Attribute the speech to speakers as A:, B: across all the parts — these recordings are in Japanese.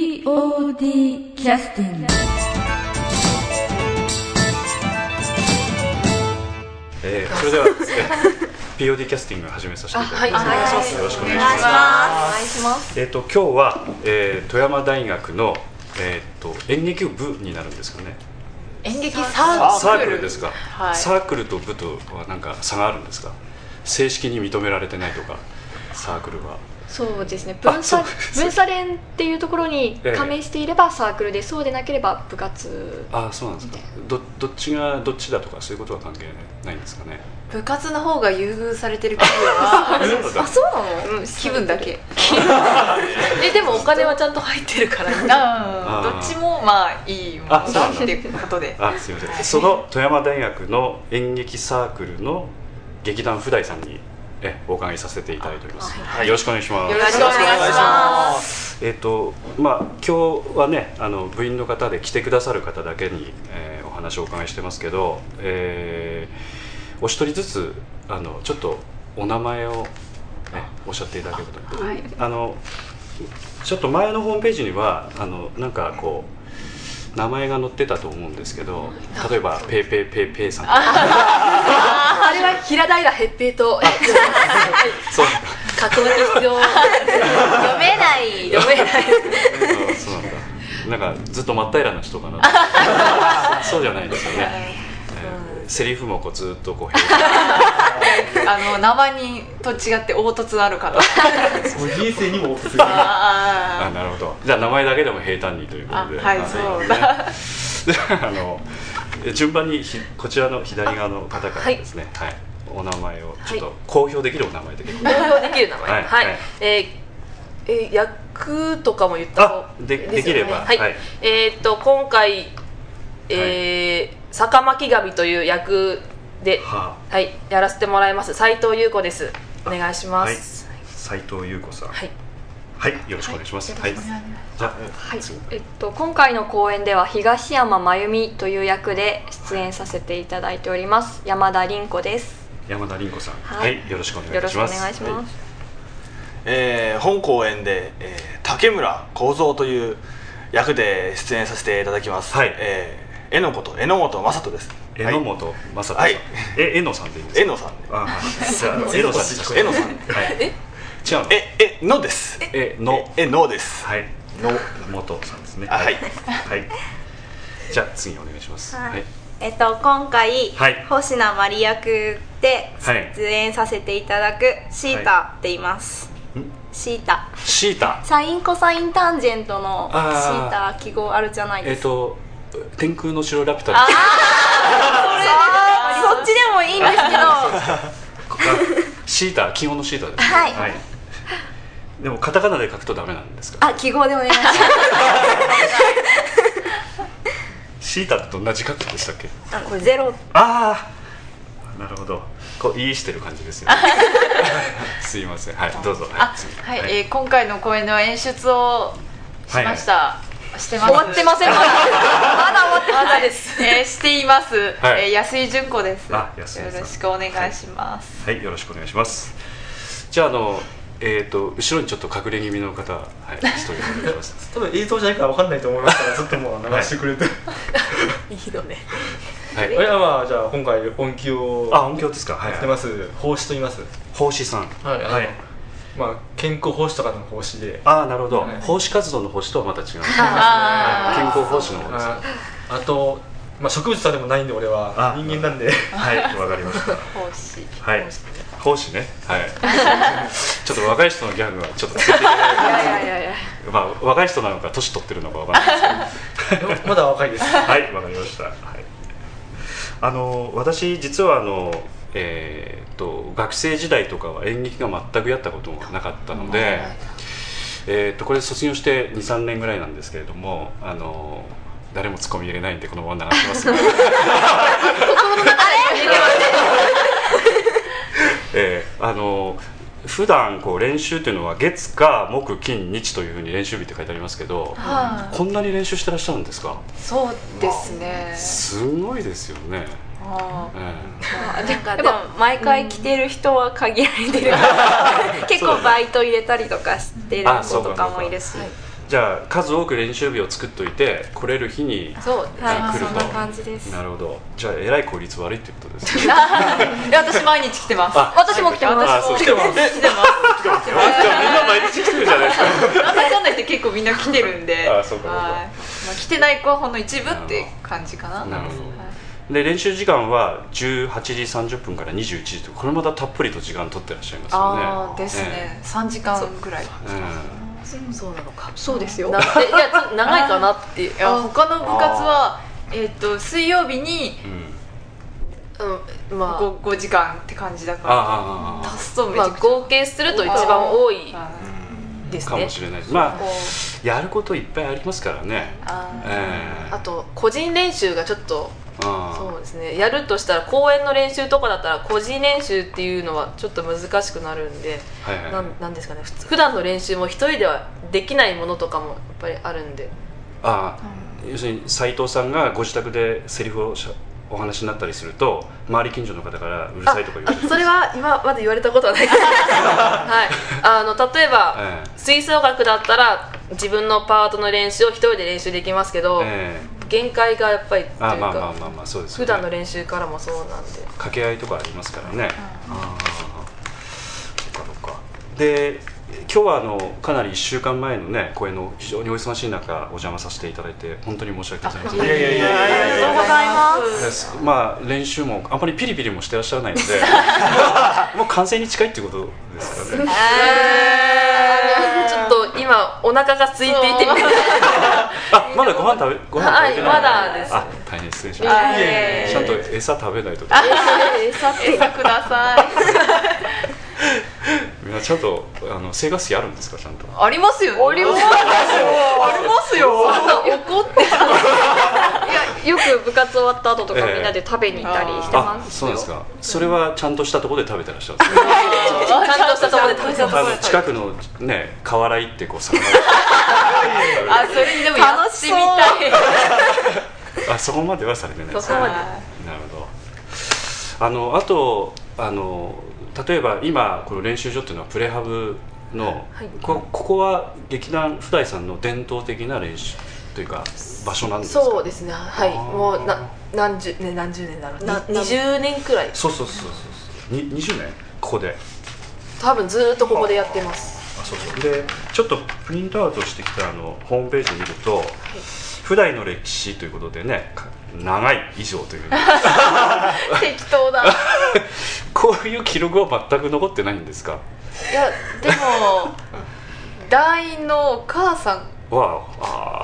A: POD キャスティング
B: えーそれではですね POD キャスティングを始めさせていただきます、
C: はい
B: よろしくお願いしますえっ、と今日は、えー富山大学のえっ、と演劇部になるんですかね
C: 演劇サークル
B: サークルですか、
C: はい
B: サークルと部とはなんか差があるんですか正式に認められてないとかサークルは
D: そうですね
B: あ
D: 分差
B: そうです
D: 分差連っていうところに
B: ええ
D: 加盟していればサークルでそうでなければ部活
B: ああそうなんですかどどっちがどっちだとかそういうことは関係ないんですかね
C: 部活の方が優遇されてる気分は
D: あそうなの、
C: うん 気分だけえでもお金はちゃんと入ってるから
B: あ
C: ど
B: ー
C: っちもまあいいもの
B: あそうな
C: だ
B: ん
C: っ
B: だ
C: ていうことで
B: あすいませんその富山大学の演劇サークルの劇団普代さんにえお伺いさせていただいております、よろしくお願いします
C: よろしくお願いします
B: えっ、とまあ今日はねあの部員の方で来てくださる方だけに、えーお話をお伺いしてますけど、えーお一人ずつあのちょっとお名前を、ね、おっしゃっていただければと、
D: はい
B: あのちょっと前のホームページにはあのなんかこう名前が載ってたと思うんですけど例えば「ペイペイペイペイさん」
D: ああれは平平へっぺいと
B: そう
D: 加工に必 要
C: 読めない読めない
B: あそうなんだなんかずっと真っ平らな人かなとそうじゃないですよね、えーセリフもこうずっとこう
C: あの生にと違って凹凸ある方
E: もう人生にも落とす
B: あ
C: あ
B: なるほどじゃあ名前だけでも平坦にということで
C: あはいそうだ
B: そうだ、ね、あの順番にひこちらの左側の方からですねはい、お名前をちょっと公表できるお名前で結構
F: 投票できる名前
B: は
F: はいい、
B: はい
F: えーえー役とかも言った方
B: あで
F: ですよね
B: できれば
F: はい、
B: はい
F: えーっと今回、えー坂巻神という役で、
B: は
F: はい、やらせてもらいます斉藤優子ですお願いし
B: あ
F: ま
B: はい
F: す
B: 斉藤優子さん
F: はい、
B: はいよろしくお願いしますはいじゃあ
D: はい、えっと、今回の公演では東山真由美という役で出演させていただいております山田凛子です
B: 山田凛子さんは
D: はい
B: いよろしくお願いします
D: よろしくお願いします、
B: は
E: えー本公演で、えー竹村幸三という役で出演させていただきます。
B: はい
E: えー、えのこと、えのもとまさとです。
B: 榎本雅人さん、
E: はい
B: ええのさんでいいんです
E: え
B: か
E: のさんで。
B: あはいじゃあえのさんにさせて
E: えのさん。
B: はい違うの
E: え、えのです。
B: えの
E: えのです。
B: はいの元さんですね
E: あはい
B: はいじゃあ次お願いします
G: はい
B: はい
G: えっと、今回、
B: はい
G: 星名マリ役で
B: はい
G: 出演させていただくシータって言います、
B: ん
G: シータ
B: シータ
G: サインコサインタンジェントのシ
B: あー
G: ータ記号あるじゃない
B: え
G: で
B: っ
G: すか
B: と天空の城ラピュタ
G: あ
B: です
G: あそっちでもいいんですけど
B: あシータ気温のシータですね
G: はい
B: でもカタカナで書くとダメなんですか
G: あ記号でお願いします
B: シータってどんな字書きでしたっけ
G: あのゼロ
B: ああなるほどこういいしてる感じですよね すいませんはいどうぞ
C: あ
B: 次
C: はい、えー今回の公演の演出をしました、してます
F: 終わってま せんまだ終わってませんです
C: えーしています、
B: はい
C: えー安井純子です
B: あ安井さん
C: よろしくお願いします、
B: はい、よろしくお願いします。じゃあ、あの、えっ、と、後ろにちょっと隠れ気味の方、はい、一人お願いし ます。
E: 多分映像じゃないから分かんないと思いますから、ずっともう流してく れて。
F: いいのね
B: はい、
E: いや、まあ、じゃあ今回音響を
B: あ、音響ですか。はい、
E: やってます。奉仕と言います。
B: 奉仕さん。
E: はい
B: はい。
E: まあ、健康奉仕とかの奉仕で。
B: あー、なるほど、
E: はい
B: 奉仕活動の奉仕とはまた違う。
C: あ
B: 健康奉仕の方ですね。
E: ああと、まあ、植物さんでもないんで俺は
B: あ
E: 人間なんで
B: はい、わかりました。
C: ー講師
B: はい。奉仕ね。はい。 ちょっと若い人のギャグは、ちょっとついていけない。
F: いやいやいやいや
B: まあ、若い人なのか、年取ってるのか、わかんないですけど。
E: まだ若い です
B: はい、わかりました。はい、あの私実はあのえーっと学生時代とかは演劇が全くやったことがなかったので、えーっとこれ卒業して2、3年ぐらいなんですけれども、あの誰もツッコミ入れないんでこのまま流します。えーあの普段こう練習というのは月火木金日というふうに練習日って書いてありますけど、
C: は
B: こんなに練習してらっしゃるんですか。
C: いそうですね
B: すごいですよね。
C: あ
B: えー
G: なんかでも毎回着てる人は限られてるから結構バイト入れたりとかしてる
B: あ
G: 子
B: そうか
G: とかもいるし
B: そうか じゃあ数多く練習日を作っといて来れる日に
C: そうですね、
D: はい、
B: 来る
D: そ
B: と
D: んな感じです
B: なるほどじゃあえらい効率悪いってこと ですね
C: いや私毎日来てます
B: あ
D: 私も来てます
B: あそう来てます
C: 来てます
B: じゃあみんな毎日来てるじゃないですか
C: なんだかんだ言って結構みんな来てるんで
B: あそうか
C: はいまあ、来てない子はほんの一部って感じか
B: な
C: な
B: るほど
C: はい
B: で練習時間は18時30分から21時とこれまたたっぷりと時間取ってらっしゃいますよね
C: ああですね
B: え
C: 3時間ぐらい
B: えうん
F: そうなのか
D: そうですよ
F: なえいやちょっと長いかなって い
C: いや
F: や
C: 他の部活はえっと水曜日に
B: うん
F: うんまあ
C: 5, 5時間って感じだ
B: ああ
C: か
B: あああ
C: ら
B: あ
C: 足すとめち
F: まあ
C: ゃくちゃ、
F: 合計すると一番多い
C: はい
F: です
B: か
F: ね
B: もしれないですまあ
C: こう
B: やることいっぱいありますからね
C: あー
B: え
F: あと個人練習がちょっとそ
B: あ
F: うですねやるとしたら公演の練習とかだったら個人練習っていうのはちょっと難しくなるんで
B: あはい
F: な
B: はい
F: んなんですかねふつ普段の練習も一人ではできないものとかもやっぱりあるんで
B: ああ要するに斎藤さんがご自宅でセリフをしゃお話になったりすると周り近所の方からうるさいとか言わ
F: あ
B: れる
F: それは今まで言われたことはな いですはいあの例えば
B: え
F: 吹奏楽だったら自分のパートの練習を一人で練習できますけ
B: え
F: ど、
B: ええ
F: 限界がやっぱりという
B: ああまあまあ
F: か
B: まあまあそうですよね
F: 普段の練習からもそうなんで
B: 掛け合いとかありますからね、ああそっかそっかで今日はあのかなり1週間前のね公演の非常にお忙しい中お邪魔させていただいて本当に申し訳ございません
E: いやいやいやいやいやいや
B: ですまあ練習もあんまりピリピリもしてらっしゃら ないのでもう完成に近いってことですからね
F: ちょっと今お腹が空いていてみたいな
B: あまだご飯食べご飯食べてない
F: はいまだです
B: あ大変失礼しました
E: いやいやい
B: ち
E: や
B: ゃん
E: い
B: と
E: や
B: 餌食べないと
D: 餌って
C: 餌ください
B: みんなちゃんとあの生活費あるんですかちゃんと
C: ありますよねありますよありますよ怒って
D: よく部活終わった後とか
B: ええ
D: みんなで食べに行ったりしてま
B: あ
D: す
B: そう
D: よ、
B: なんですかそれはちゃんとしたところで食べてらっしゃるんですね
F: ちゃんとしたところで食べちゃった
B: あの近くのね河原行ってこう魚を
C: あそれにでもやってみたい
B: あそこまではされてないです
F: そこまで
B: なるほどあのあとあの例えば今この練習所っていうのはプレハブの、
F: はい
B: こここは劇団普代さんの伝統的な練習というか場所なんですか
F: そうですねはいもうな何十年何十年だろうな20年くらい
B: そうそうそうそうそうに20年ここで
F: 多分ずーっとここでやってます
B: あそうそうでちょっとプリントアウトしてきたあのホームページ見ると、普代の歴史ということでねか長い以上というふうに
C: 適当だ
B: こういう記録は全く残ってないんですか
C: いやでも団員のお母さん
B: わあ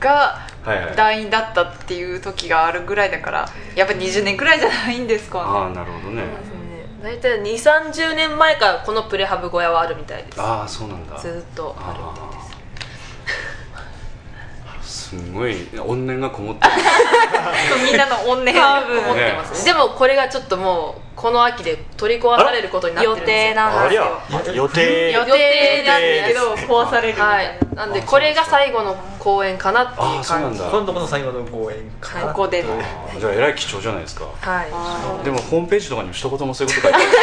C: が
B: あはいはい
C: 団員だったっていう時があるぐらいだからやっぱ20年くらいじゃないんですか
B: ああなるほどね
F: 大体2 3 0年前からこのプレハブ小屋はあるみたいです
B: ああそうなんだ
F: ずーっとあるみたいです
B: すごい怨念がこもってる
C: ねみんなの怨念
F: 多分思ってます、
B: ね
F: でもこれがちょっともうこの秋で取り壊されることになってる
D: 予
F: ん
D: 定
F: ですよ
D: なん
E: あ
D: です
E: り
D: よ
E: ゃ予定
C: 予定なんだけど壊されるみ
F: は
C: たいな、
F: いなんでこれが最後の公演かなって
B: あ
F: い
B: あ
F: う
B: そうなん
F: 感じ
B: だ
A: 今度こそ最後の公演 かな
C: ここでの
B: あーじゃあえらい貴重じゃないですか
F: はい
B: でもホームページとかにも一言もそういうこと書いてない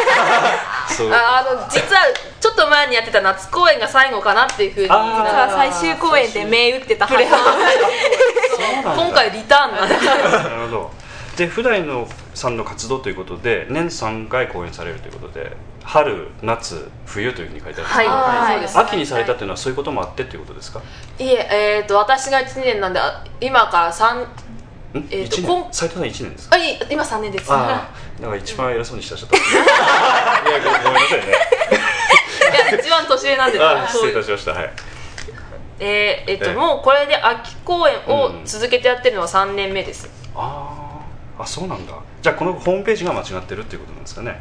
B: そう
F: ああの実はちょっと前にやってた夏公演が最後かなっていうふうに
B: あー
F: 実
G: 実は最終公演で銘打ってたはず
B: そうなんだ
F: 今回リターンなんで
B: なるほどで普代のさんの活動ということで年3回公演されるということで春夏冬というふうに書いてあるんですけど
F: はい、
D: はい
F: そうです
B: 秋にされたっていうのはそういうこともあってっていうことですか
F: いええー、と私が1年なんであ今から3
B: ん、
F: えーと
B: 一年
F: こん
B: 斉藤さん1年ですか
F: あいい今3年です
B: ああなんか一番偉そうにしたちゃったいやごごめんなさい ね
F: いや一番年上なんで
B: ああ
F: そう
B: 失礼いたしましたはい
F: えーえっと
B: ええ
F: もうこれで秋公演を続けてやってるのは3年目です、
B: あーあそうなんだじゃあこのホームページが間違ってるっていうことなんですかね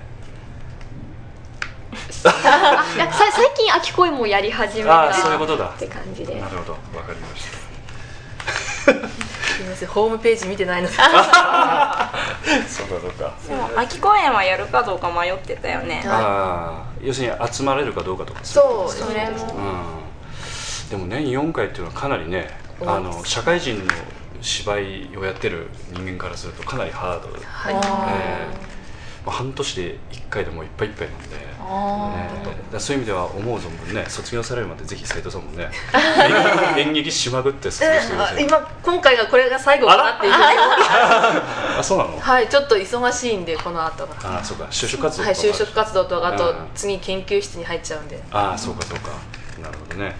D: いやさ最近秋恋もやり始めた
B: ああそういう
D: っ
B: ことだ
D: て感じで
B: なるほどわかりました
F: すみませんホームページ見てないので
B: そうかそうか
G: でも秋公演はやるかどうか迷ってたよね
B: ああ要するに集まれるかどうかとかそういうこと
F: そう
B: ですか
F: それも
B: うんでも年4回っていうのはかなりね
F: 多いです
B: あの社会人の芝居をやってる人間からするとかなりハードで、
F: はい
B: えまあ、半年で1回でもういっぱいいっぱいなんで、ね、
C: あ
B: だからそういう意味では思う存分ね卒業されるまでぜひ斉藤さんも ね演劇演劇しまぐって卒業してくださ
F: あ
B: い
F: 今今回がこれが最後かなっていう
B: あそうなの
F: はいちょっと忙しいんでこの後が
B: あそうか就職活動
F: はい
B: とか
F: 就職活動とあと
B: うん
F: 次研究室に入っちゃうんで
B: ああそうかそうかなるほどね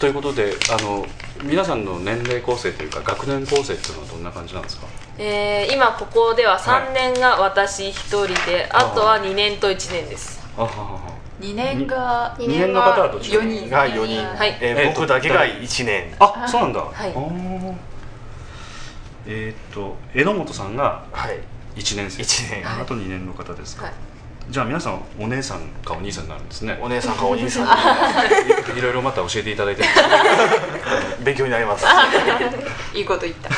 B: ということであの皆さんの年齢構成というか学年構成っていうのはどんな感じなんですか
F: えー今ここでは3年が私1人で、
B: あー
F: あとは2年と1年です
B: あは
C: 2年が
B: 2年の方はどっち
C: 4人
E: が4人、
F: はい
E: えー
B: えーと
E: 僕だけが1年
B: あそうなんだ、
F: はい
B: あーえーっと榎本さんが
E: はい
B: 1年生
E: 一年
B: あと2年の方ですか、
F: はい
B: じゃあ皆さんお姉さんかお兄さんになるんですね
E: お姉さんかお兄さんか
B: いろいろまた教えていただいて
E: 勉強になります
G: いいこと言った
B: で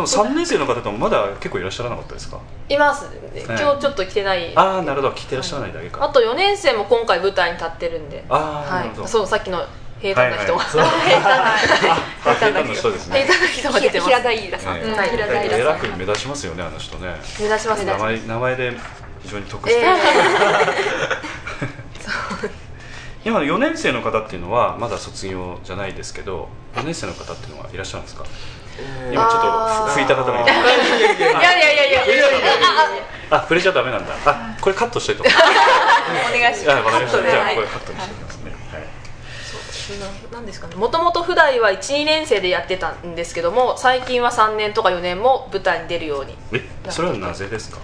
B: も3年生の方ともまだ結構いらっしゃらなかったですか
F: います、今日ちょっと来てないあ
B: ああなるほど来てらっしゃらないだけか、
F: と4年生も今回舞台に立ってるんで
B: ああなるほど、
F: はい、そうさっきの平坦な人が、
B: はいはい、平坦な人ですね
F: 平坦な人が出てます
G: 平田イーラさん
B: ね
D: うん
F: はい
D: 平
B: え
D: 平
B: ら
D: さ
B: く
D: ん
B: 目立ちますよねあの人ね
F: 目指しますね
B: 名前名前で非常に得
F: え
B: して、
F: ー
B: 今4年生の方っていうのはまだ卒業じゃないですけど4年生の方っていうのはいらっしゃるんですか今ちょっと
F: あー
B: ふ拭いた方がいる
F: いやいやいやいやいやいや
B: あ触れちゃダメなんだあこれカットしてと思う
G: お願いし
B: あわかり
G: ま
B: ますしたじゃあ
G: はい
B: これカットにしておきますねはい
F: なんですかねもともと普段は12年生でやってたんですけども最近は3年とか4年も舞台に出るように
B: えそれはなぜですか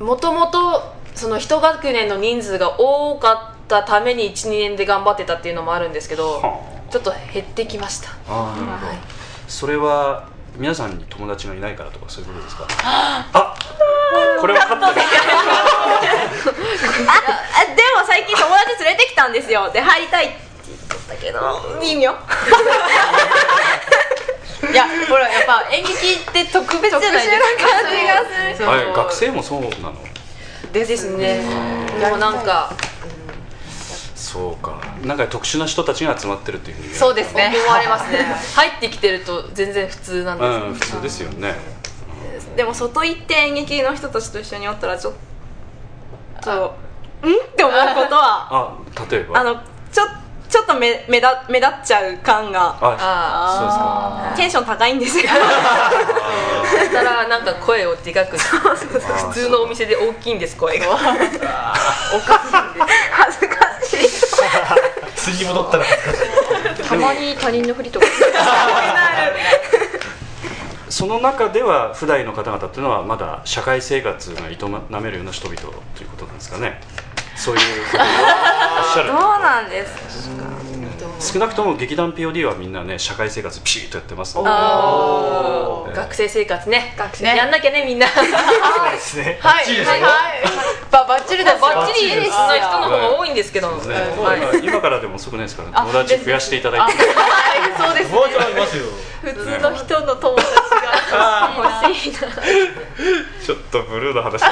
F: もともとその一学年の人数が多かったために12年で頑張ってたっていうのもあるんですけど
B: は
F: ちょっと減ってきました
B: ああーなるほど、
F: はい
B: それは皆さんに友達がいないからとかそういうことですかあこれはカッ トです
G: あでも最近友達連れてきたんですよで入りたいって言っとったけど微妙
C: いやほらやっぱ演劇って特別じゃないですか
B: あれ学生もそうなの
F: ですですねもうなんか
B: そうかなんか特殊な人たちが集まってるっていうふうに見える
C: そうですね
F: 思われますね 入ってきてると全然普通なんで
B: うん普通ですよね
G: でも外行って演劇の人たちと一緒におったらちょっとうんって思うことは
B: あ例えば
G: あのちょちょっと目目だ目立っちゃう感が
B: あ
G: テンション高いんですよ
B: そうですか
F: だからなんか声をでかくして
B: 普
F: 普通のお店で大きいんです声が
G: 恥ずかしい
A: 次に戻ったら恥ずかしい
D: たまに他人のふりとか
B: その中では普代の方々っていうのはまだ社会生活が営まめるような人々ということなんですかねそういうことをおっしゃ
G: ど
B: る
G: うなんです
B: 少なくとも劇団 POD はみんなね社会生活ピシッとやってますので
F: あー学生生活ね
D: 学生
F: ねやんなきゃねみんなは
E: そうですね
C: はいはいはいバッチリです
F: バッチリの人の方が多いんですけど
B: ね
F: はい
B: 今からでも遅くないですから友達増やしていただいて
C: そう です
A: 友達はいますよ
G: 普通の人の友達が欲しいな
B: ちょっとブルーの 話だ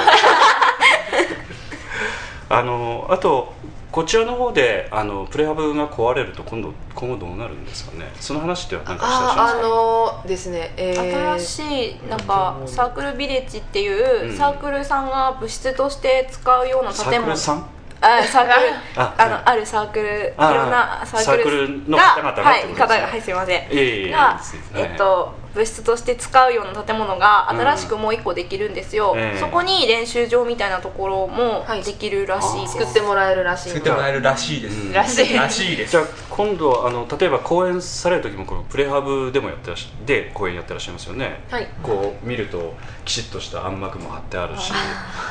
B: あのあとこちらの方であのプレハブが壊れると今度今後どうなるんですかねその話では何かしたら
F: あ
B: しい
F: あ
B: んですか
F: のーですね、えー
G: 新しいなんかサークルビレッジっていう、
B: うん
G: サークルさんが部室として使うような
B: サ
G: 建
B: ーク
G: 物
B: ルさん
G: あサークル
B: あ
G: あ
B: はい
G: のあるサークルい
B: あ
G: ろんなサークル
B: サークルの方々が
G: は
B: ってこ
G: い
B: とですね
G: 方がはいすいません
B: いえいえいえ
G: が
B: いいですね
G: えっと部室として使うような建物が
B: うん
G: 新しくもう一個できるんですよ、
B: ええ
G: そこに練習場みたいなところも
F: はい
G: できるらしいです、
F: 作ってもらえるらしい
A: 作
F: の
A: ってもらえるらしいです、
B: うん
A: ら
C: らしい
A: しいです
B: じゃあ今度あの例えば公演される時もこのプレハブでもやってらっしゃで公演やってらっしゃいますよね
F: はい
B: こう見るときちっとした暗幕も張ってあるし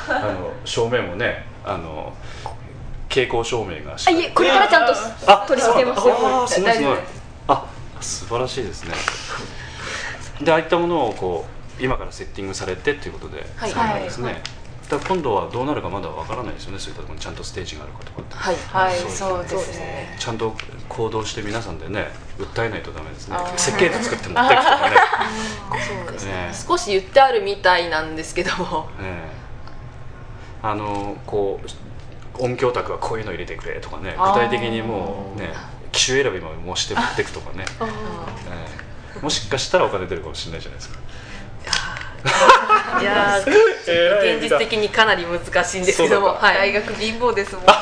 B: あの正面もねあの蛍光照明がし
D: あ
B: っ
D: いえこれからちゃんと
B: あ
D: 取り付けますよ
B: あーすごいすごい
F: 大丈夫で
B: あ素晴らしいですねでああいったものをこう今からセッティングされてということで、
F: はい
B: そうなんですね、だから今度はどうなるかまだわからないですよねそういったところにちゃんとステージがあるかとかって
F: はい
C: はい
B: そ
C: そうう
B: ですね
C: ですね
B: ちゃんと行動して皆さんでね訴えないとダメですね設計図作って持っていくとかね
F: そうですね
B: ね
F: 少し言ってあるみたいなんですけども
B: ええあのこう音響卓はこういうの入れてくれとかね具体的にもうね機種選びまでもして持っていくとかね、ええもしかしたらお金出るかもしれないじゃないですか
F: いやー
B: え
F: 現実的にかなり難しいんですけども、
B: そうだ
F: は
G: 大
F: い、
G: 学貧乏ですもん
F: いや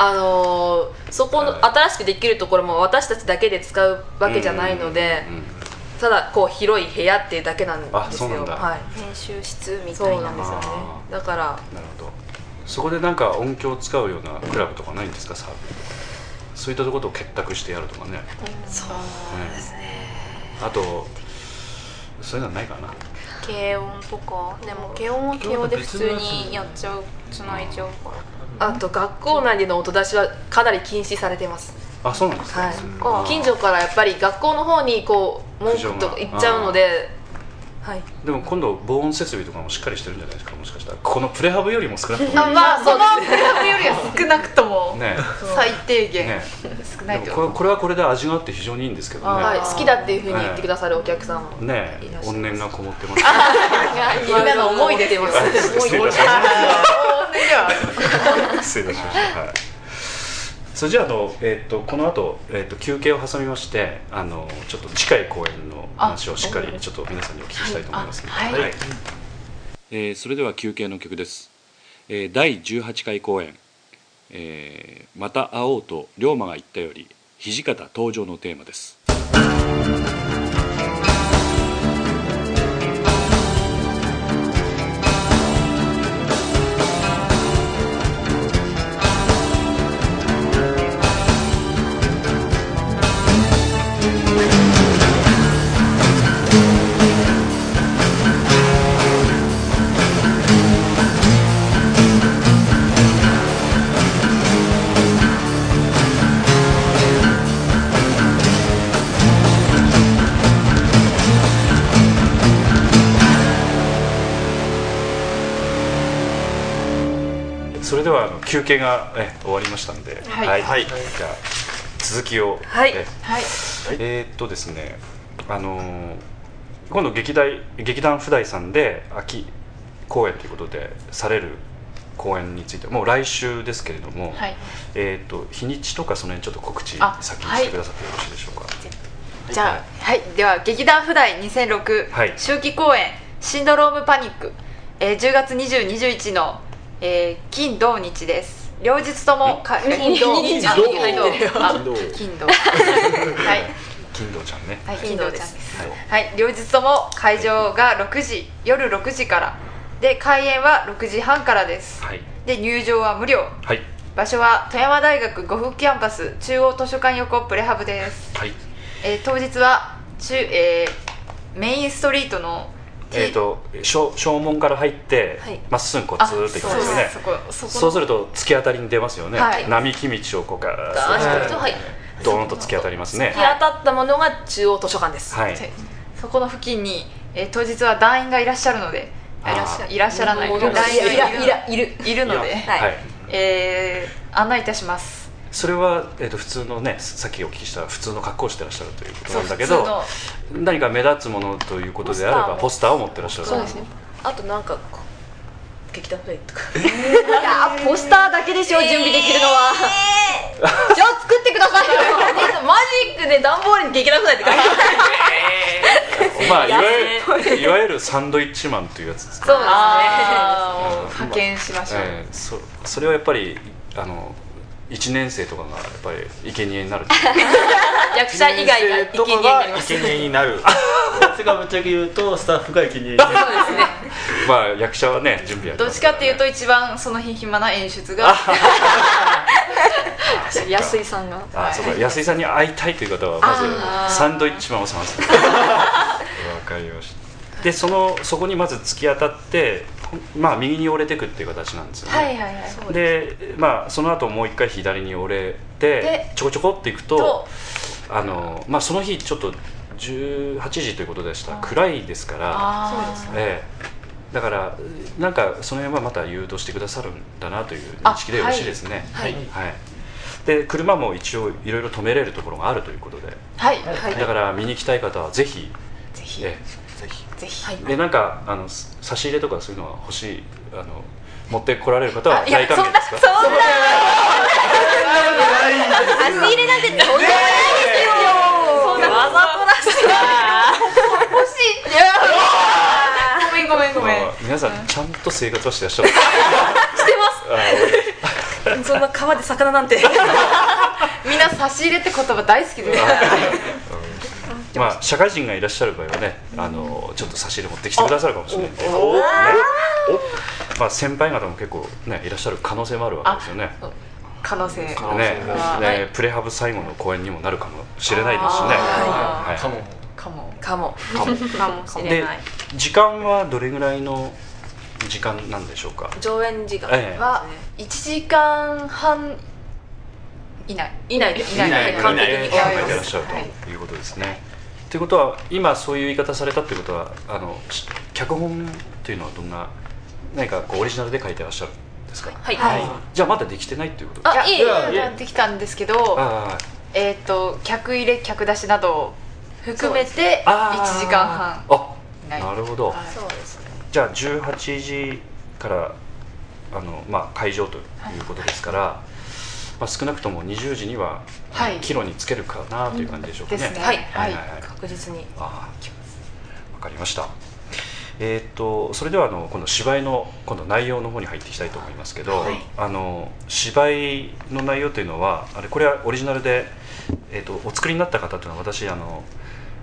F: あのーそこの新しくできるところも私たちだけで使うわけじゃないので、ただこう広い部屋っていうだけなんですよ
B: あそうなんだ
F: はい、
G: 編集室み
F: そ
G: たいう
F: な
G: なん
F: ですよね
B: あ
F: だから
B: なるほどそこでなんか音響を使うようなクラブとかないんですかサーブそういったところと結託してやるとかねそうですねあとそういうのはないかな
G: 軽音とかでも軽音は軽音で普通にやっちゃうつないじゃうから
F: あと学校内での音出しはかなり禁止されてます、
B: あそうなんですか、
F: はい
B: あー
F: 近所からやっぱり学校の方にこう文句とか言っちゃうのではい
B: でも今度防音設備とかもしっかりしてるんじゃないですかもしかしたらこのプレハブよりも少なくとも
F: あまあそうですね
G: それよりは少なくとも
B: ね
G: 最低限、
B: ね
G: 少な
B: でも
G: いと
B: これこれはこれで味があって非常にいいんですけどね、
F: はい、好きだっていうふうに言ってくださるお客さんも、
B: ね
F: いらっしゃいます
B: 怨念がこもってます
F: みんなの思い出ってます
B: 失礼いたしま した。失礼いたしました。はい。それじゃああのえっ、とこの後えっ、と休憩を挟みましてあのちょっと次回公演の話をしっかりちょっと皆さんにお聞きしたいと思いますので。はい。えーそれでは休憩の曲です。えー第18回公演、えーまた会おうと龍馬が言ったより土方登場のテーマです。それではあの休憩がえ終わりましたので、はい、じゃあ続きを、
D: はい
B: ええーっとですね、あのー今度劇団劇団普代さんで秋公演ということでされる公演についてもう来週ですけれども、
C: はい
B: えーっと日にちとかその辺ちょっと告知
C: あ
B: 先にしてくださってよろしいでしょうか。
C: じゃあ、はい、では劇団普代2006、
B: はい
C: 秋季公演「シンドロームパニック」えー10月2021の、えー金土日です両日ともか金土日金土金土金土はい、
B: 金堂ちゃんね。
C: はい、金土です
B: はい
C: はい両日とも会場が6時夜6時からで開演は6時半からです
B: はい
C: で入場は無料
B: はい
C: 場所は富山大学五福キャンパス中央図書館横プレハブです
B: はい。
C: えー当日は中、えーメインストリートの
B: えーっと正正門から入って
C: はい
B: まっすぐこう
C: あ
B: ず
C: そう
B: ー
C: で
B: っと
C: す
B: 行くんですよね。
C: そこそこ
B: そうすると突き当たりに出ますよね、
C: はい
B: 並木道をこうガー
F: あ
B: ッ
F: ーはい、
B: とドーンと突き当たりますね
F: 日当たったものが中央図書館です、
B: はい、
C: そこの付近に、えー当日は団員がいらっしゃるので
B: あーいらっしゃ
C: いらっしゃらない団員が
F: い
C: いる
F: やいやいる
C: いるので、
B: はい
C: えー案内いたします
B: それは、えー、と普通のねさっきお聞きした普通の格好をしてらっしゃるということなんだけ
C: そう
B: ど何か目立つものということであればポスターを持ってらっしゃる
F: そうですねあとなんかこう劇団フレイとか
D: いやーポスターだけでしょ準備できるのは
F: じゃあ作ってくださいよマジックで段ボールに劇団フレイって書いてある
B: まあいわゆるいわゆるサンドイッチマンというやつですね、
F: そう
C: あー
B: うん
C: 派遣しましょう、
B: えーそそれはやっぱりあの1年生とかがやっぱり生贄になるっていう
F: 役者以外が生贄になります
E: 生贄になる
A: それがぶっちゃけ言うとスタッフが生贄になる
B: まあ役者はね準備や
C: どっちかっていうと
B: い
C: 一番その日暇な演出が
D: 安井さんが
B: あそうか安井さんに会いたいという方はまずサンドイッチマンを探 すわかりましたでそのそこにまず突き当たってまあ右に折れていくっていう形なんですよね、
C: はいはい
B: でまあその後もう一回左に折れて
C: で
B: ちょこちょこっていくと
C: と
B: あのまあその日ちょっと18時ということでした暗いですから
C: あー
B: ええだからなんかその辺はまた誘導してくださるんだなという認識でよろしいですね
C: はい
B: はい、で車も一応いろいろ止めれるところがあるということで、
C: はいはい
B: だから見に行きたい方はぜひ
C: ぜひ
B: え
E: ぜひ
C: ぜひはい
B: えでなんかあのす差し入れとかそういうのは欲しいあの持ってこられる方は
C: あいや
B: 大歓迎ですか
C: そんなそんな
F: そうだわざとらしい
C: ごめんごめん
B: 皆さんちゃんと生活はしてらっしゃ る
F: してますそんな川で魚なんて
C: みんな差し入れって言葉大好きです
B: あのまあ社会人がいらっしゃる場合はねあのちょっと差し入れ持ってきてくださるかもしれないんで、ねまあ、先輩方も結構ねいらっしゃる可能性もあるわけですよね
C: 可能性
E: 可能性
B: ね
E: が
B: ねプレハブ最後の公演にもなるかもしれないですしね、
C: あ
B: はい
A: かも
C: かも
F: かも
G: かもしれ
B: で
G: ない
B: 時間はどれぐらいの時間なんでしょうか
F: 上演時間
B: ええ
C: は1時間半以内
F: 以内で
C: 以内
B: ない
C: で
B: ぐら
F: 完
B: い
F: 璧に
B: で考
C: 完璧
B: えてらっしゃるということですね。ということは今そういう言い方されたということはあのし脚本というのはどんな何かこうオリジナルで書いてらっしゃるんですか、
F: はい、
B: じゃあまだできてないということ
C: あいい
F: いい
A: やいや
C: やってきたんですけど
B: あ
C: えっと客入れ客出しなどを含めて
B: あ
C: 1時間半
B: あ
C: 以内
B: なるほど、
C: はい
F: そうですね
B: じゃあ18時からあの、まあ、会場ということですから、まあ、少なくとも20時には
C: はい
B: 帰路につけるかなという感じでしょうか
C: ですね
F: はい
B: はいはいはい
F: 確実に
B: ああわかりましたえーっとそれではあの今度芝居の今度内容の方に入っていきたいと思いますけど、あの芝居の内容というのはあれこれはオリジナルで、えーっとお作りになった方というのは私あの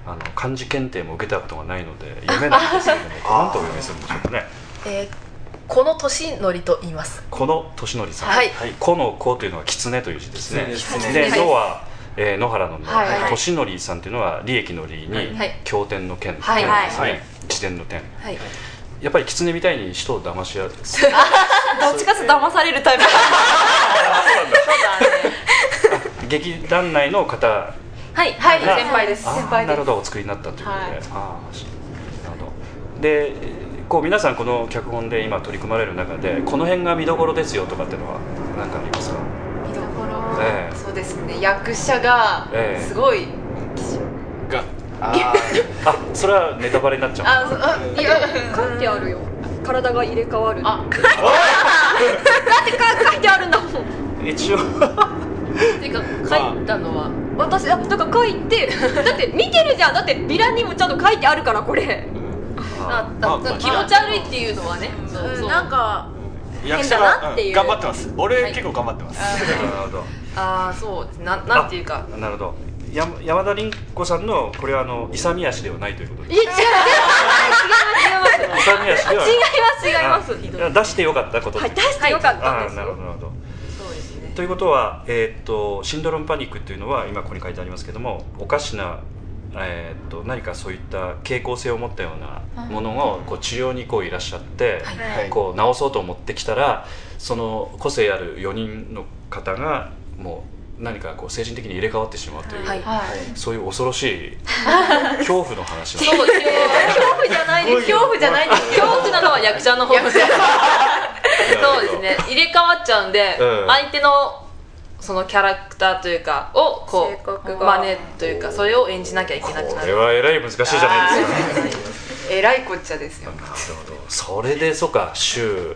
B: あの漢字検定も受けたことがないので夢なんですけれども何とお読みするんでしょうか ね
F: えーこの年のりと言います
B: この年のりさん、
F: はい
B: この子というのは狐という字ですね
A: 狐
F: です
B: で
F: はい
B: のは、えー野原のの、
C: はい
F: はい
B: 年のりさんというのは利益の利に、
F: はい
B: 経典の剣です
F: はい
B: ね、
F: はい
B: 自伝の点
F: はい
B: やっぱり狐みたいに人を騙し合う
D: どっちかっていうと騙されるタイプ
B: 劇団内の方
F: はいはい
B: はい
F: 先輩です
B: あー
F: 先輩
B: な
F: で
B: るほ
F: す
B: どお作りになったということで、あーしなるほどでえーこう皆さんこの脚本で今取り組まれる中でこの辺が見どころですよとかっていうのは何かありますか
C: 見どこ
B: ええ
C: ろそうですね役者が
B: ええ
C: すごい
E: あー
B: あそれはネタバレになっちゃう
C: あそうあいや
D: 書いてあるよ体が入れ替わる
C: あ
D: か書いてあるんだもん
B: 一応
F: っていうか書いたのは
D: 私あだから書い てだって見てるじゃんだってビラにもちゃんと書いてあるからこれ
B: あ
F: あ
B: ー
F: だ
E: まあ
F: 気持ち悪いっていうのはねそうそう
G: なんか
E: 役
F: 変
E: 者
F: だな
E: が
F: っ
E: う
F: てい
E: ん
F: う
E: 頑張ってます俺
F: はい
E: 結構頑張ってます
B: なるほど
F: ああそうですななんていうか
B: なるほどや山田凛子さんのこれはあの勇み足ではないということで
D: いや 違う違う違います違います
B: 勇み
D: 違
B: 足では
D: います違います
B: あ出してよかったこと、
D: はい出してよかったん
B: あ
D: で
B: ー
D: す
B: なるほど
D: よ
B: なるほど
F: そうですね
B: ということは、えーっとシンドロームパニックというのは今ここに書いてありますけどもおかしな、えーっと何かそういった傾向性を持ったようなものをこう治療にこういらっしゃって、
E: はい
B: こう治そうと思ってきたらその個性ある4人の方がもう何かこう精神的に入れ替わってしまうという、
F: はい
C: はい
B: そういう恐ろし い恐怖の話なんです
F: そうですね
D: 恐怖じゃないです
F: 恐怖じゃないんです恐怖なのは役者の方ですそうですね入れ替わっちゃうんで、
B: うん
F: 相手のそのキャラクターというかをこ
G: 性格
F: う
G: が
F: 真似というか それを演じなきゃいけなくな
B: これ
F: る
B: はえらい難しいじゃないですか
C: えらいこっちゃですよ
B: なるほどそれでそうか週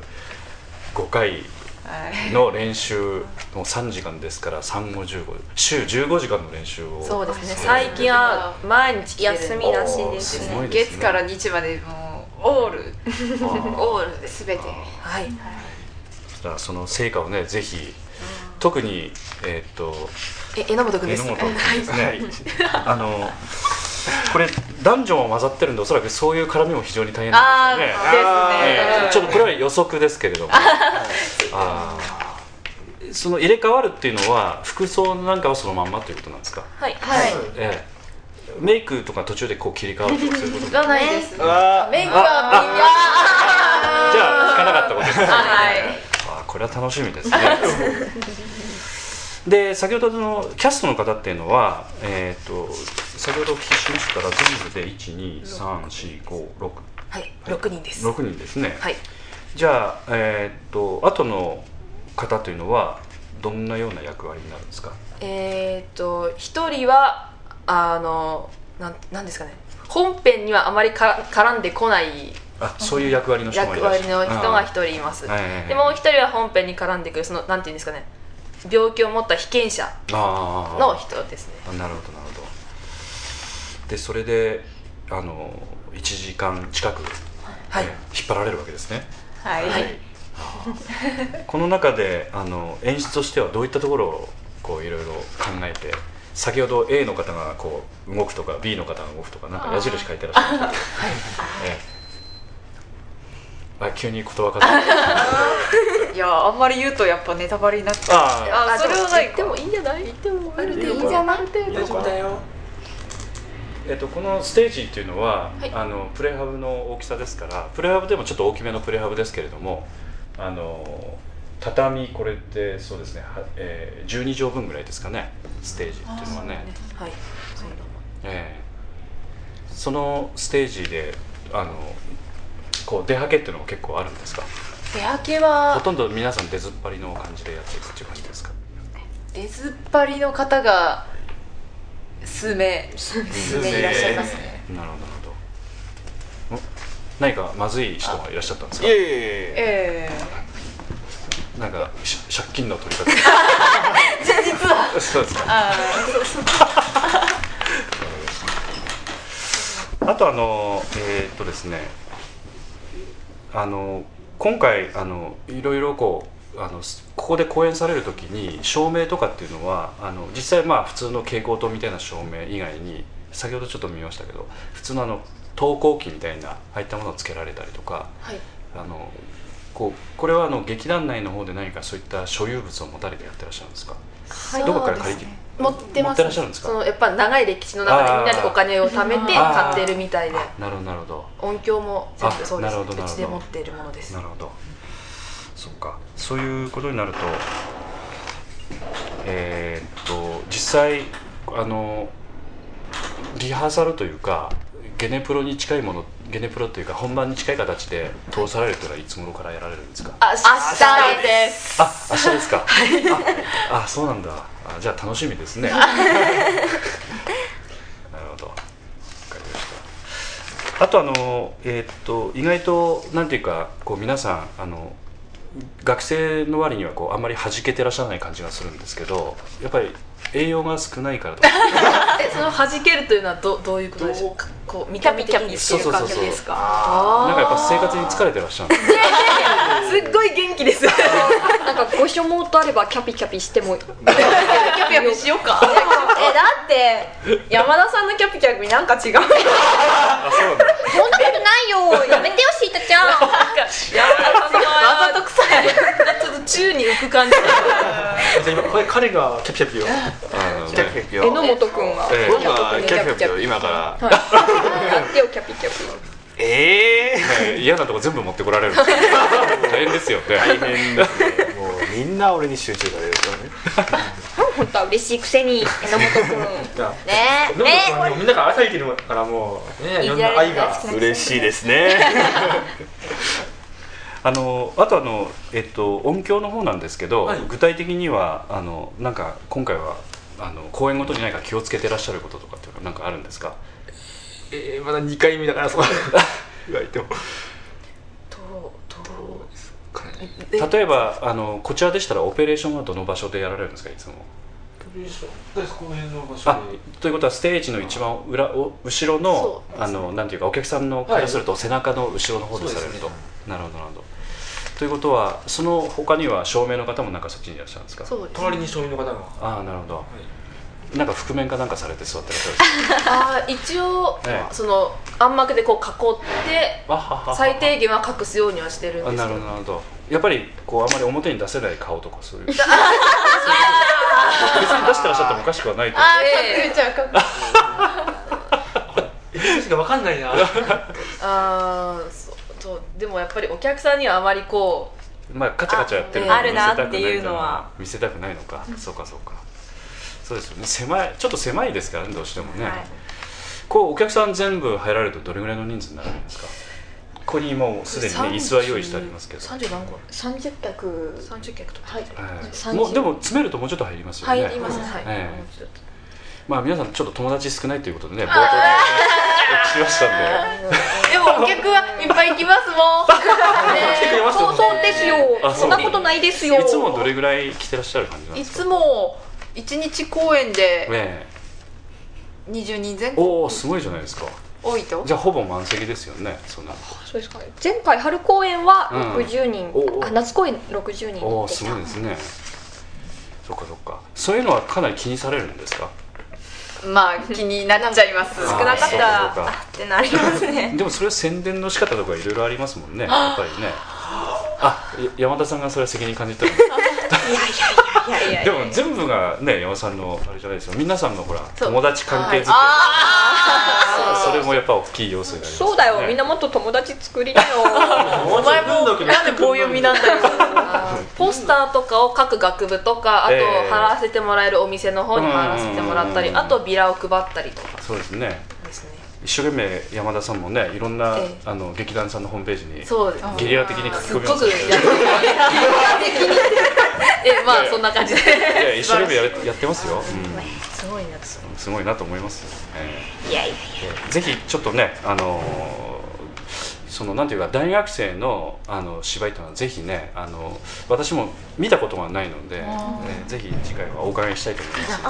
B: 5回
C: はい
B: の練習もう3時間ですから3五15週15時間の練習を
F: そうですね最近は毎日来てる
D: 休みなしです
B: すごいですね
C: 月から日までもうオール
F: オールです
C: すべて
F: はい
B: だからその成果をねぜひ特にえーっと
F: え榎本君で
B: 榎
F: す
B: 本君ですねあのこれ男女も混ざってるんでおそらくそういう絡みも非常に大変な
C: あ
B: ん
C: ー
B: ですよね
C: です
B: え
C: ね
B: えちょっとこれは予測ですけれどもあーその入れ替わるっていうのは服装なんかはそのまんまということなんですか、
F: はい
C: はい
B: ええメイクとか途中でこう切り替わるとかそういうことじゃ
C: がないです
E: うわ
C: メイクは
B: あ聞かなかったことですね
C: みんなはい
B: あーこれは楽しみですね で先ほどのキャストの方っていうのは、えー、と先ほどお聞きしましたら全部で1234566
F: はい6人です
B: 人ですね、
F: はい
B: じゃあえっ、と後の方というのはどんなような役割になるんですか
F: えーっと一人はあのなんなんですかね本編にはあまりか絡んでこない
B: あそういう役割の人もい
F: 役
B: らっしゃ
F: 割
B: る
F: の人が一人います
B: あーはいはいはい
F: でもう一人は本編に絡んでくるそのなんていうんですかね病気を持った被験者
B: あー
F: の人ですね
B: あなるほどなるほどでそれであの1時間近く
F: はい
B: えー引っ張られるわけですね
G: はい、
B: この中であの演出としてはどういったところをこういろいろ考えて先ほど A の方がこう動くとか B の方が動くとかなんか矢印書いてらっしゃるんですけどええあ急にことわかった
C: いやあんまり言うとやっぱネタバレになっちゃう
B: あ
C: あそれはないか
F: でもいいんじゃない言ってもあ
B: ー
F: る程
B: よ
F: 度
B: くわかっ
E: 大丈夫だよ
B: たえっとこのステージっていうのは、
F: はい
B: あのプレハブの大きさですからプレハブでもちょっと大きめのプレハブですけれどもあの畳これってそうですね、はえー、12畳分ぐらいですかねステージっていうのはね
F: はい
B: ええそのステージであのこう出はけっていうのも結構あるんですか
C: 出はけ
B: ほ
C: は
B: とんど皆さん出ずっぱりの感じでやっていくっていう感じですか
C: 出ずっぱりの方が数名数名いらっしゃいますね
B: なるほどなるほどん何かまずい人がいらっしゃったんです
E: い
B: か
E: えいえいえ
C: え
B: なんかし借金の取 り方
C: 実は
B: そうですか
C: あ
B: あとあのえーっとですねあの今回あのいろいろこうあのすここで公演される時に照明とかっていうのはあの実際まあ普通の蛍光灯みたいな照明以外に先ほどちょっと見ましたけど普通のあの投光器みたいなああいったものをつけられたりとか、
F: はい
B: あのこうこれはあの劇団内の方で何かそういった所有物を持たれてやってらっしゃるんですか
C: ー
B: どこから借りて
C: そうですね
F: 持ってます
B: 持ってらっしゃるんですか
F: そのやっぱ長い歴史の中でみんなでお金を貯めて
B: あー
F: 買ってるみたいで
B: なるほどなるほど
F: 音響も全部そうで
B: あなるほど
F: す
B: な
F: う
B: るほど
F: ちで持っているものです
B: なるほどそっかそういうことになるとえーっと実際あのリハーサルというかゲネプロに近いものゲネプロというか本番に近い形で通されるというのはいつ頃からやられるんですかあ
F: 明日です
B: 明日ですか、ああそうなんだあじゃあ楽しみですね なるほどわかりましたあとあの、えーっと意外となんていうかこう皆さんあの学生の割にはこうあんまり弾けてらっしゃらない感じがするんですけどやっぱり栄養が少ないからとか
F: えその弾けるというのはどどういうことでしょうかこう見た目的に してる感じですか
B: なんかやっぱ生活に疲れてらっしゃるんですね
F: すっごい元気ですキ
D: なんかご所望とあればキャピキャピしてもいい
F: ャピキャピしようか
G: えだって山田さんのキャピキャピなんか違うよ
B: あそうなんだ
H: そんなことないよやめてよシータちゃん
F: わざと臭いちょっと宙に浮く感じ
E: じゃあ今これ彼がキャピキャピを
B: あのね
E: キャピキャピ
D: 榎
E: を
D: 本くんは
B: え
E: 僕がキャピキャピを今から
D: やってよキャピキャピ
E: ええ
B: えね嫌なとこ全部持ってこられるんですよ大変ですよね
E: 大変ですねもうみんな俺に集中されるからね
H: 本当は嬉しいくせに榎本くんねえ
A: 飲む
H: ね
A: とはもうみんなが朝いてるからもうねいろんな愛が
E: 嬉しいですね
B: あのあとあの、えっと、音響の方なんですけど、
A: はい
B: 具体的にはあのなんか今回はあの公演ごとに何か気をつけてらっしゃることとかっていうのは何かあるんですか
A: えーまだ2回目だ からそう言われても
F: え
B: 例えばあのこちらでしたらオペレーションはどの場所でやられるんですかいつも
A: この辺の場
B: あということはステージの一番裏お後ろの,、
F: そう
B: あのなんていうかお客さんのからすると背中の後ろの方でされると、
A: そうで
B: なるほどなるほどということはその他には照明の方もなんかそっちにいらっしゃるんですか
F: そうです
A: 隣に庶民の方が
B: ああなるほど、なんか覆面かなんかされて座ってらっしゃるんですか
F: あー一応、
B: ええ
F: その暗幕でこう囲って
B: わははは
F: 最低限は隠すようにはしてるん
B: あ
F: です
B: なる
F: け
B: ほ
F: ど
B: どなるほどやっぱりこうあんまり表に出せない顔とかそういう別に出してらっしゃってもおかしくはないと
C: あ
F: ええ
C: 隠れちゃう隠れちゃ
A: 確か分かんないな
F: あーそうそうでもやっぱりお客さんにはあまりこう
B: まあカチャカチャやってる
F: あ
B: 見
F: ね
B: せたく
G: あるなっていうのは
B: 見せたくないのかそうかそうかそうですよね狭いちょっと狭いですからねどうしてもね、こうお客さん全部入られるとどれぐらいの人数になるんですかここにもうすでにね椅子は用意してありますけど、
F: 30何個
D: 30客
F: 30客とか
D: はい
B: ええ
D: 30
B: もうでも詰めるともうちょっと入りますよね
F: 入りますはい、
B: ええ
F: もうちょっと
B: まあ皆さんちょっと友達少ないということでね冒頭でお聞きしましたんで
C: でもお客はいっぱい来ますもん
A: 来てくれますよ
D: そうそうですよ
B: あ
D: そんなことないですよ
B: いつもどれぐらい来てらっしゃる感じ なん
C: い
B: ですか
C: つも一日公演で
B: ねえ
C: 20人前後
B: おおすごいじゃないですか
C: 多いと
B: じゃあほぼ満席ですよねそんな
D: そうですかね前回春公演は60人、
B: うんお
D: あ夏公演60人
B: おお
D: でし
B: す
D: た
B: ごいですねそっかそっかそういうのはかなり気にされるんですか
C: まあ気になっちゃいます
B: 少
G: 少なかったら
B: あそうかそうか
G: あってなりま すね
B: でもそれは宣伝の仕方とかいろいろありますもんねやっぱりねあや山田さんがそれは責任感じた の
G: いやいやい
B: で
G: や
B: も全部がね山田さんのあれじゃないですよ皆さんのほら
C: そう
B: 友達関係づけ、それもやっぱ大きい要素になりますよね
D: そうだよみんなもっと友達作りなよ
E: お前もなんで棒読みなんだ
F: ポスターとかを各学部とかあと
B: ええ
F: 貼らせてもらえるお店の方に貼らせてもらったり
B: うん
F: あとビラを配ったりとか
B: そうですね
F: ですね
B: 一生懸命山田さんもねいろんな、
F: ええ
B: あの劇団さんのホームページに
F: そうです
B: ゲリラ的に
F: す
B: 書
F: っ
B: き込み
F: ご
B: ます
F: く
B: ね
F: やってるええまあそんな感じで
B: いや一生懸命やれやってますよ、うん
F: すごいなそ
B: すごいなと思いますよ、え
H: いやいや
B: ーぜひちょっとねあのーそのなんていうか大学生のあの芝居というのはぜひねあの私も見たことがないので、えーぜひ次回はお伺いしたいと思います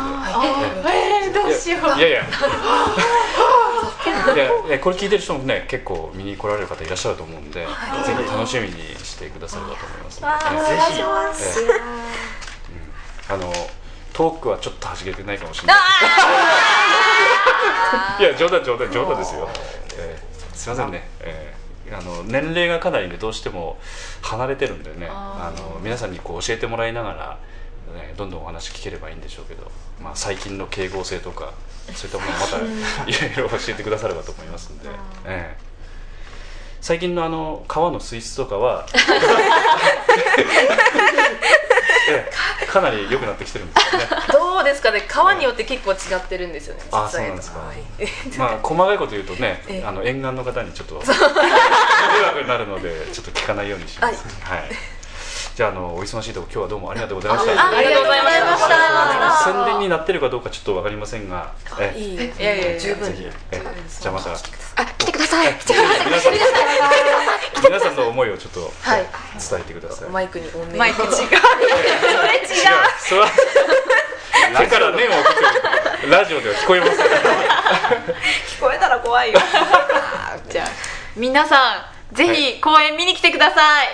G: えーどうしよう
B: のでいやいやいやいやこれ聞いてる人もね結構見に来られる方いらっしゃると思うんで、ぜひ楽しみにしてくださればと思いますので、ね
E: ぜひ
B: ええうんあのトークはちょっと弾けてないかもしれない。いや冗談冗談冗談ですよ。ええすいませんね。ええあの年齢がかなりねどうしても離れてるんでね、あの皆さんにこう教えてもらいながら、ね、どんどんお話聞ければいいんでしょうけど、まあ最近の傾向性とか そういったものをまたいろいろ教えてくださればと思いますんで。ええ最近のあの川の水質とか はええかなり良くなってきてるんですよね。
F: どうですかね川によって結構違ってるんですよね
B: あ
F: 実際と
B: そう
F: は
B: なん
F: い
B: まあ細かいこと言うとね
F: ええ、
B: あの沿岸の方にちょっと迷惑になるのでちょっと聞かないようにします。はい。じゃああのお忙しいとこ今日はどうもありがとうございました。
F: ありがとうございました
B: あの宣伝になってるかどうかちょっとわかりませんが、ええ
F: いいいやいやいや
B: ぜひええじゃあまた
H: あ来てください
B: 皆さん皆さんの思いをちょっと
F: はい
B: 伝えてください。
F: マイクに音
C: マ
F: ね
C: イク違 う
B: 違う。それはだから念を送ってるラジオでは聞こえますよ。
G: 聞こえたら怖いよ
C: じゃあ皆さんぜひ公演見に来てください、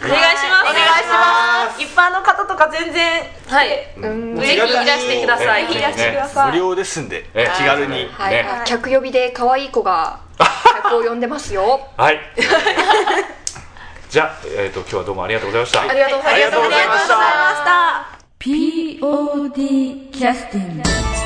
F: お願いします
G: お願いします一般の方とか全然
F: はい
B: うん
F: ぜひいらしてください
B: ええ
G: いらしてくださ
E: 無
G: い
E: 料ですんで
B: ええ
E: 気軽に
D: はい、
B: ね
D: 客呼びで可愛い子が客を呼んでますよ
B: はい。じゃあ、えっ、と、今日はどうもありがとうございました。
F: ありがとうございました
G: ありがとうございました
I: POD キャスティング